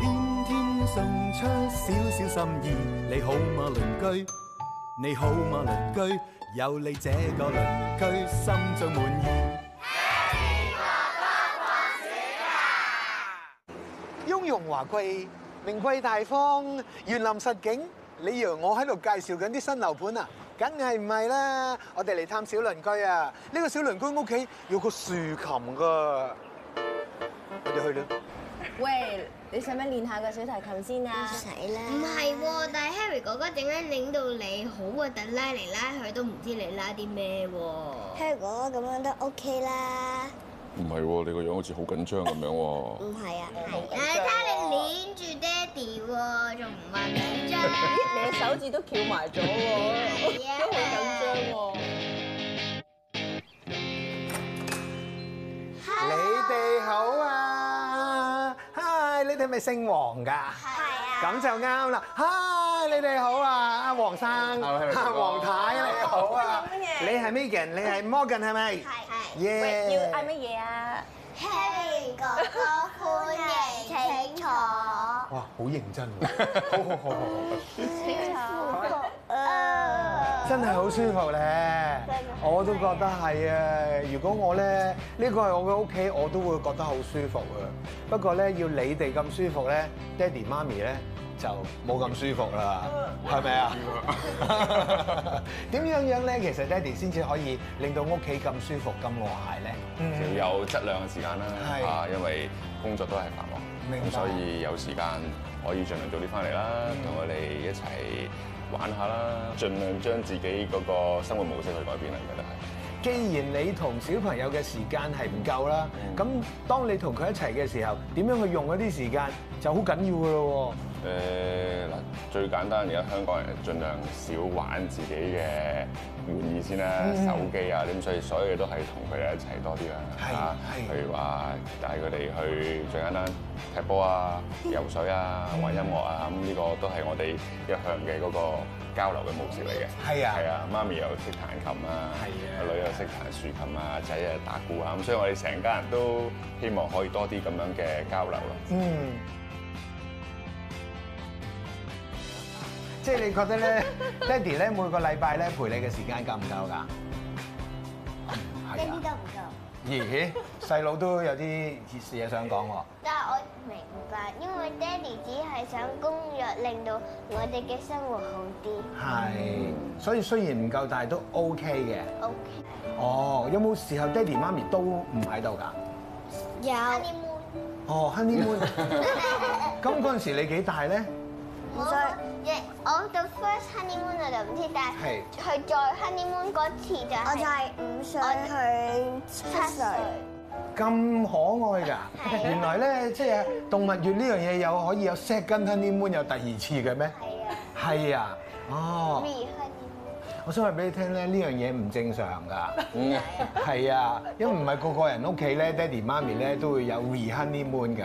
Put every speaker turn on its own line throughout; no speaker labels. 天天送出少少心意，你好嗎鄰居？你好嗎鄰居？有你這個鄰居，心中滿意。
雍容華貴，名貴大方，園林實景。你以為我喺度介紹緊啲新樓盤啊？梗係唔係啦！我哋嚟探小鄰居啊！呢個小鄰居屋企有個豎琴㗎，我哋去啦。
喂，你使唔使練下個小提琴先 啊？
使啦。
唔係喎，但係 Harry 哥哥點解擰到你好核突拉嚟拉去都唔知你拉啲咩喎？
香港咁樣都 OK 啦，
唔係喎，你個樣好似好緊張咁樣喎
嗯
唔。係啊，
誒，睇你攆住爹哋喎，仲唔話緊張？
Dạ.
咦，你手指都翹埋咗喎，
係啊
都好緊張喎。
你哋好啊！Hi，你哋係咪姓黃㗎？
係啊，
咁就啱啦！Hi，你哋好啊！阿黃生，
Hello，
阿
Harry 哥哥
黃太你好啊！
歡迎歡
你係 Megan，你係 Morgan 係咪？
係
喂，
耶
要嗌乜嘢啊？
Harry 哥 哥歡迎請坐。
哇，好認真喎！好 好好好好。
Ờ.
真係好舒服咧，我都覺得係啊！如果我咧呢個係我嘅屋企，我都會覺得好舒服啊。不過咧，要你哋咁舒服咧，爹哋媽咪咧就冇咁舒服啦，係咪啊？ 點樣樣咧，其實爹哋先至可以令到屋企咁舒服、咁和諧咧。
要有質量嘅時間啦，
係
啊，因為工作都係繁忙，
明白嗯
咁所以有時間可以盡量早啲翻嚟啦，同我哋一齊玩下啦，盡量將自己嗰個生活模式去改變啦，而家都係。
既然你同小朋友嘅時間係唔夠啦，咁當你同佢一齊嘅時候，點樣去用嗰啲時間就好緊要噶咯
誒呃嗱，最簡單而家香港人盡量少玩自己嘅玩意先啦，
嗯
手機啊，咁所以所有嘢都係同佢哋一齊多啲啦。
係
啊
係
譬如話帶佢哋去最簡單踢波啊、
嗯
游水啊、玩音樂啊，咁呢個都係我哋一向嘅嗰個交流嘅模式嚟嘅。
係啊
係啊，媽咪又識彈琴啊，
係啊
阿女又識彈豎琴啊，仔又打鼓啊，咁所以我哋成家人都希望可以多啲咁樣嘅交流
喎。
咯。
嗯，即係你覺得咧， 爹哋咧每個禮拜咧陪你嘅時間夠唔夠㗎？
一啲都唔夠。
嗯啊咦，細佬都有啲嘢想講喎。
但係我明白，因為爹哋只係想攻略，令到我哋嘅生活好啲。
係，所以雖然唔夠，但係都 OK 嘅。
O
哦，有冇時候爹哋媽咪都唔喺度㗎？
K。有。
哦，honeymoon。咁嗰陣時你幾大咧？
我我到 dạ. Ờ, first honeymoon 我就唔知，但係
係
佢再 honeymoon 嗰次就我就係五歲，佢七歲。
咁可愛㗎！
係啊
原來咧，即係動物園呢樣嘢有可以有 second honeymoon 有第二次嘅咩？
係啊
係啊，哦，
，re à, honeymoon。
我想話俾你聽咧，呢樣嘢唔正常㗎。係啊，因為唔係個個人屋企咧，爹哋媽咪咧都會有 re honeymoon 㗎。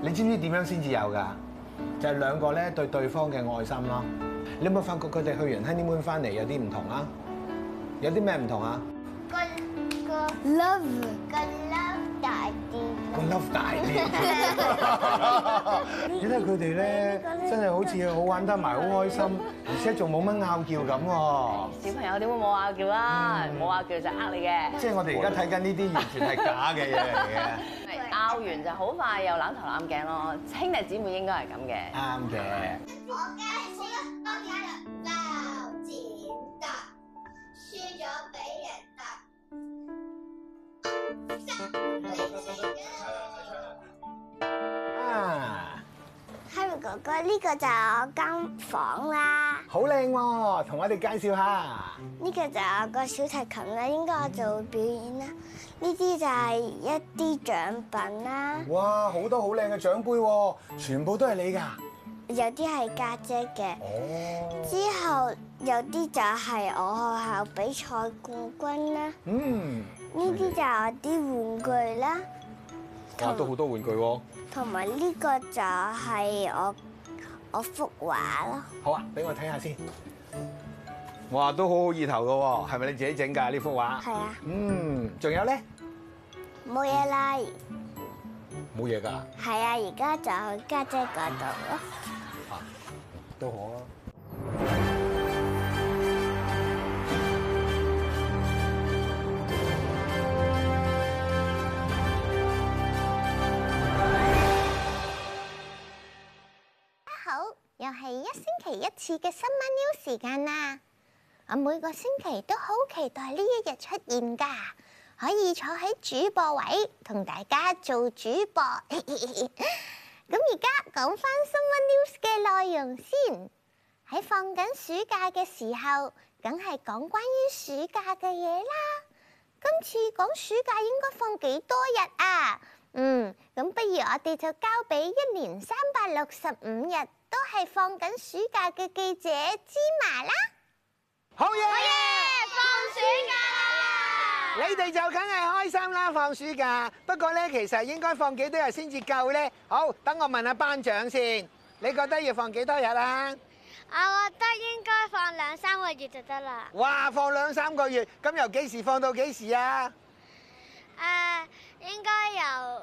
你知唔知點樣先至有㗎？就係兩個咧對對方嘅愛心咯。你有冇發覺佢哋去完 honeymoon 翻嚟有啲唔同啊？有啲咩唔同啊？
個個 love 個 love 大
個
啲。
love 大 啲，你睇佢哋咧，真係好似好玩得埋，好開心，而且仲冇乜拗撬咁喎。
小朋友點會冇拗撬啦？冇拗撬就呃你嘅。
即係我哋而家睇緊呢啲完全係假嘅嘢嚟嘅，
拗完就好快又攬頭攬頸咯，兄弟姊妹應該係咁嘅。
啱嘅。
我梗係識幫人鬧剪揼，輸咗俾人揼。
啊，啊
Harry 哥哥個呢個就係我間房啦，
好靚喎，同我哋介紹下。
呢個就係我個小提琴啦，應該我就會表演啦。呢啲就係一啲獎品啦，
哇，好多好靚嘅獎杯喎，全部都係你㗎。
有啲係家姐嘅。
哦，
之後有啲就係我學校比賽冠軍啦，
嗯，
呢啲就係我啲玩具啦，
哇，都好多玩具喎。
同埋呢個就係我我幅畫咯。
好啊，俾我睇下先。哇，都好好意頭㗎喎，係咪你自己整㗎呢幅畫？
係啊，
嗯，仲有咧？
冇嘢啦，
冇嘢㗎，
係啊，而家就去家姐嗰度咯。
都好啊。
好，又係一星期一次嘅新聞 news 時間啦。我每個星期都好期待呢一日出現㗎，可以坐喺主播位同大家做主播。 咁而家講翻新聞 news 嘅內容先。喺放緊暑假嘅時候，梗係講關於暑假嘅嘢啦。今次講暑假應該放幾多日啊？嗯，咁不如我哋就交俾一年三百六十五日都係放緊暑假嘅記者芝麻啦。
好嘢！
放暑假啦！
你哋就梗係開心啦，放暑假。不過咧，其實應該放幾多日先至夠咧？好，等我問下班長先，你覺得要放幾多日啊？
我覺得應該放兩三個月就得啦。
哇，放兩三個月，咁由幾時放到幾時啊？
誒、應該呃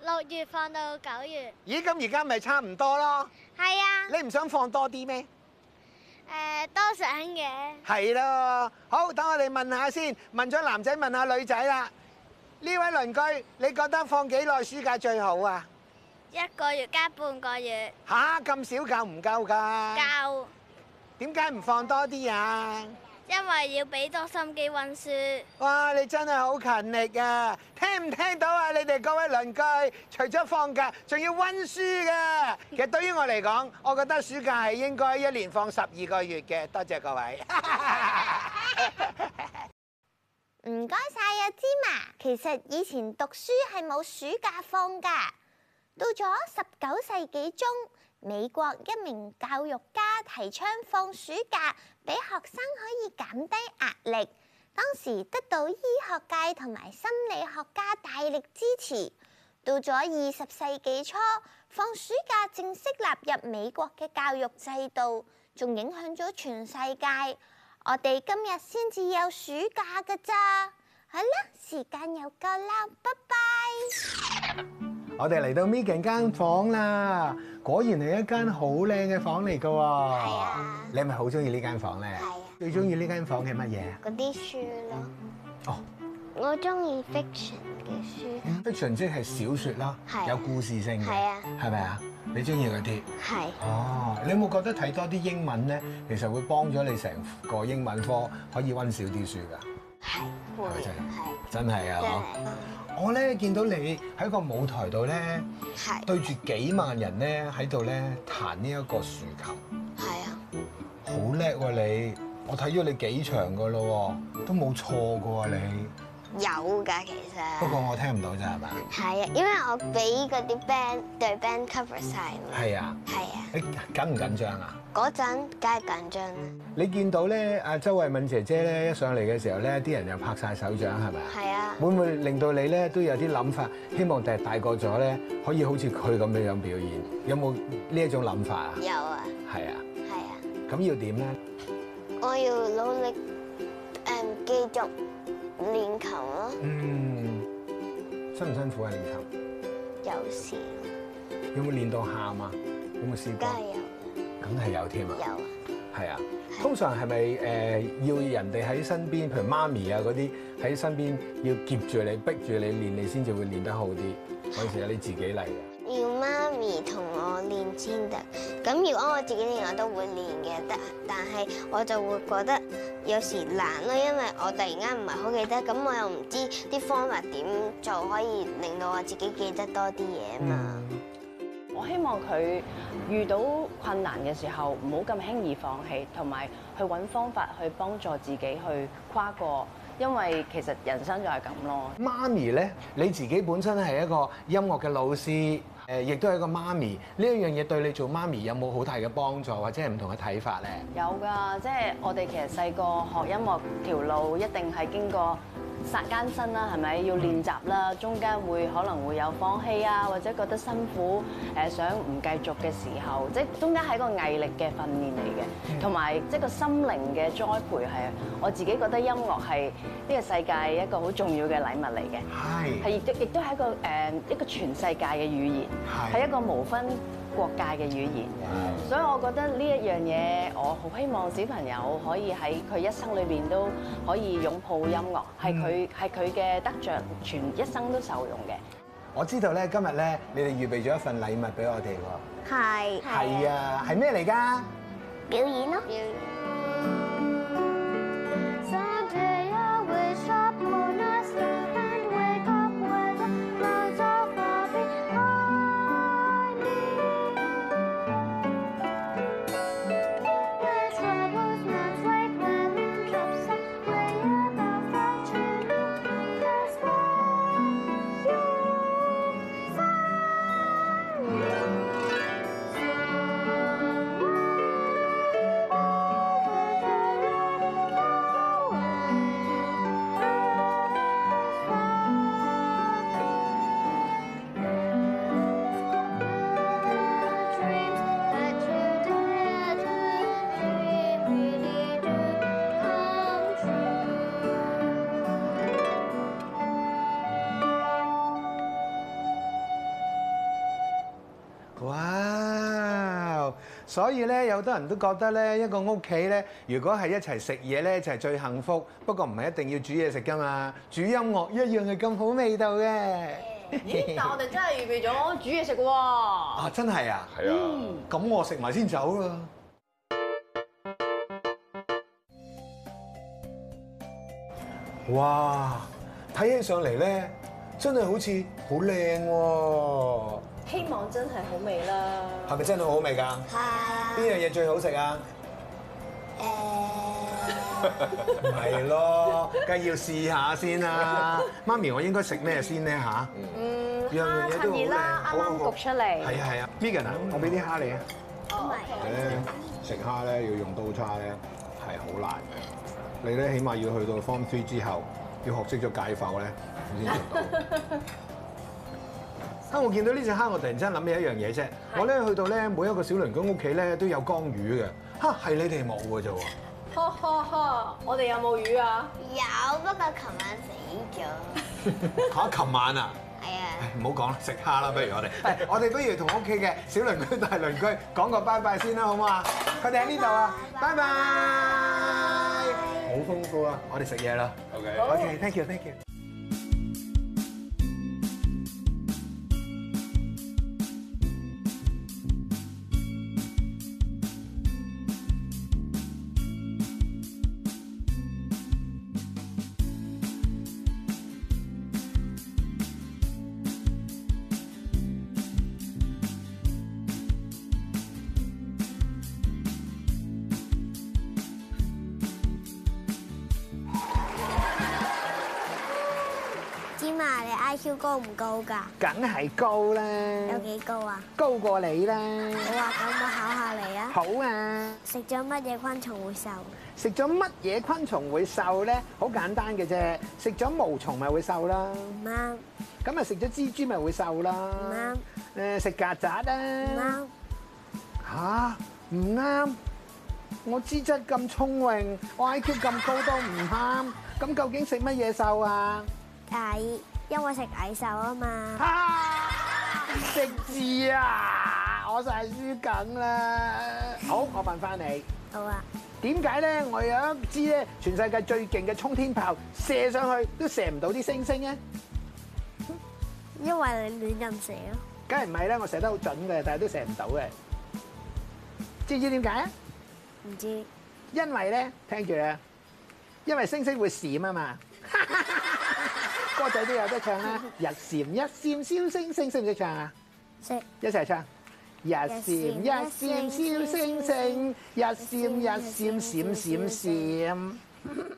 由六月放到九月。
咦，咁而家咪差唔多咯？
係啊，誒、
你唔想放多啲咩？
都想嘅。
係咯，好，等我哋問下先，問咗男仔問下女仔啦。呢位鄰居，你覺得放幾耐暑假最好啊？
一個月加半個月
吓，咁少夠唔夠
啊
㗎？
夠，
點解唔放多啲啊？
因為要俾多心機温書。
哇！你真係好勤力啊！聽唔聽到啊？你哋各位鄰居，除咗放假，仲要温書嘅。其實對於我嚟講，我覺得暑假係應該一年放十二個月嘅。多謝各位。
唔該晒啊，芝麻。其實以前讀書係冇暑假放㗎。到咗十九世紀中，美國一名教育家提倡放暑假，俾學生可以減低壓力。當時得到醫學界同埋心理學家大力支持。到咗二十世紀初，放暑假正式納入美國嘅教育制度，仲影響咗全世界。我哋今日先至有暑假㗎咋。好啦，時間又夠啦，拜拜。
我哋嚟到 Megan 間房啦，果然係一間好靚嘅房嚟㗎喎。係
啊
你係咪好中意呢間房咧？
係啊
最中意呢間房嘅乜嘢啊？
嗰啲書咯，
哦
我中意 fiction 嘅書，
，fiction 即係小説啦
嗯係啊，
有故事性嘅，
係啊
係咪啊？你中意嗰啲？
係
哦，你有冇覺得睇多啲英文咧，其實會幫咗你成個英文科可以温少啲書㗎？
係
係
會
真係
係
真係
真
啊！
係
嗬我咧見到你喺個舞台度咧，
係
對住幾萬人咧喺度咧彈呢一個豎琴，
係啊！
好叻喎你！我睇咗你幾場㗎咯喎，都冇錯㗎喎你。
有㗎其
不
實
過我聽唔到咋係嘛？
係啊，因為我俾嗰啲 band 對 band cover 晒啊嘛，
係啊，
係啊，
你緊唔緊張啊？
嗰陣梗係緊張啦，
你見到咧，阿周慧敏姐姐咧一上嚟嘅時候咧，啲人又拍晒手掌係咪啊？
係啊，
會唔會令到你咧都有啲諗法？希望第日大個咗咧，可以好似佢咁樣樣表演，有冇呢一種諗法啊？
有啊，
係啊，
係啊，
咁要點咧？
我要努力誒繼續練琴咯，
嗯，辛唔辛苦啊？練琴
有時
有冇練到喊啊？有冇試過
梗？係有
梗係有添啊！
有啊，
係啊，通常係咪誒要人哋喺身邊，譬如媽咪啊嗰啲喺身邊要夾住你、逼住你練，你先至會練得好啲？嗰時係你自己啊嚟嘅。
要媽咪同我練先得。咁如果我自己練，我都會練嘅，但但係我就會覺得有時難咯，因為我突然間唔係好記得，咁我又唔知嗯啲方法點做可以令到我自己記得多啲嘢嘛。
我希望佢遇到困難嘅時候，唔好咁輕易放棄，同埋去揾方法去幫助自己去跨過，因為其實人生就係咁咯。
媽咪咧，你自己本身係一個音樂嘅老師，誒，亦都係一個媽咪。呢一樣嘢對你做媽咪有冇好大嘅幫助，或者係唔同嘅睇法咧？
有㗎，即係我哋其實細個學音樂條路一定係經過殺艱辛啦，係咪？要練習啦，中間會可能會有放棄啊，或者覺得辛苦，誒想唔繼續嘅時候，即係中間係一個毅力嘅訓練嚟嘅，同埋即係個心靈嘅栽培係我自己覺得音樂係呢個世界一個好重要嘅禮物嚟嘅。
係
係亦都亦都係一個誒一個全世界嘅語言，
係
係一個無分國界嘅語言。所以我覺得呢一樣嘢，我好希望小朋友可以喺佢一生裏邊都可以擁抱音樂，係佢係佢嘅得着，全一生都受用嘅。
我知道咧，今日咧，你哋預備咗一份禮物俾我哋喎。
係
係啊，係咩嚟㗎？
表演咯。
Someday I wish upon a star and wake up with clouds of happy Where troubles melt like lemon drops way above the tree. That's dreams that you dare to dream really do come true.
哇！所以咧，有好多人都覺得咧，一個屋企咧，如果係一齊食嘢咧，就係最幸福。不過唔係一定要煮嘢食㗎嘛，煮音樂一樣係咁好味道嘅。
咦？但我哋真係預備咗煮嘢食喎。
啊，真係啊！
係啊。
咁我食埋先走啦。哇！睇起上嚟咧，真係好似好靚喎，
希望真係好味啦。
係咪真係好好味㗎？邊樣嘢最好食啊？ 唔係咯，梗係要試下先啦。媽咪，我應該食咩先咧嚇？
嗯，
樣樣嘢都
蝦趁
好
熱啦，
靚
啱啱
好好
焗出嚟。
係啊係啊，Megan 啊，我俾啲蝦你
咧
啊。
嗯食蝦咧要用刀叉咧係好難嘅，你咧起碼要去到 Form Three 之後，要學識咗解剖咧先做到。
啊！我見到呢只蝦，我突然之間諗起一樣嘢啫。我咧去到咧每一個小鄰居屋企咧都有缸魚嘅，嚇係你哋冇嘅啫喎。
呵呵呵，我哋有冇魚啊？
有，不過琴晚死咗。
嚇！琴晚啊，
係啊。
唉唔好講啦，食蝦啦，不如我哋。唉我哋不如同屋企嘅小鄰居、大鄰居講個拜拜先啦，好唔好啊？佢哋喺呢度啊，拜拜。好豐富啊！我哋食嘢啦。
OK
OK，thank you，thank you。
芝麻，你 I Q 高唔高㗎？
梗係高啦，
有幾高啊？
高過你啦。
好啊，咁我考下你啊。
好啊。
食咗乜嘢昆蟲會瘦？
食咗乜嘢昆蟲會瘦咧？好簡單嘅啫，食咗毛蟲咪會瘦啦，
唔啱，
咁啊食咗蜘蛛咪會瘦啦，誒食曱甴
唔
啦，
啱。
嚇唔啱，我資質咁聰穎，我 IQ 咁高都唔啱，咁究竟食乜嘢瘦啊？
矮，因為食矮瘦啊嘛。
啊！食字啊！我就係輸緊啦。好，我問翻你。
好啊，
點解咧？我有一支咧，全世界最勁嘅衝天炮，射上去都射唔到啲星星咧。
因為你亂咁寫咯。
梗係唔係啦？我射得好準嘅，但係都射唔到嘅。知唔知點解啊？
唔知
因為咧，聽住啊，因為星星會閃啊嘛。 歌仔都有得唱啦，日閃一閃燒星星，識唔識唱啊？
識
一齊唱。日閃一閃笑星星，日閃一閃閃閃閃。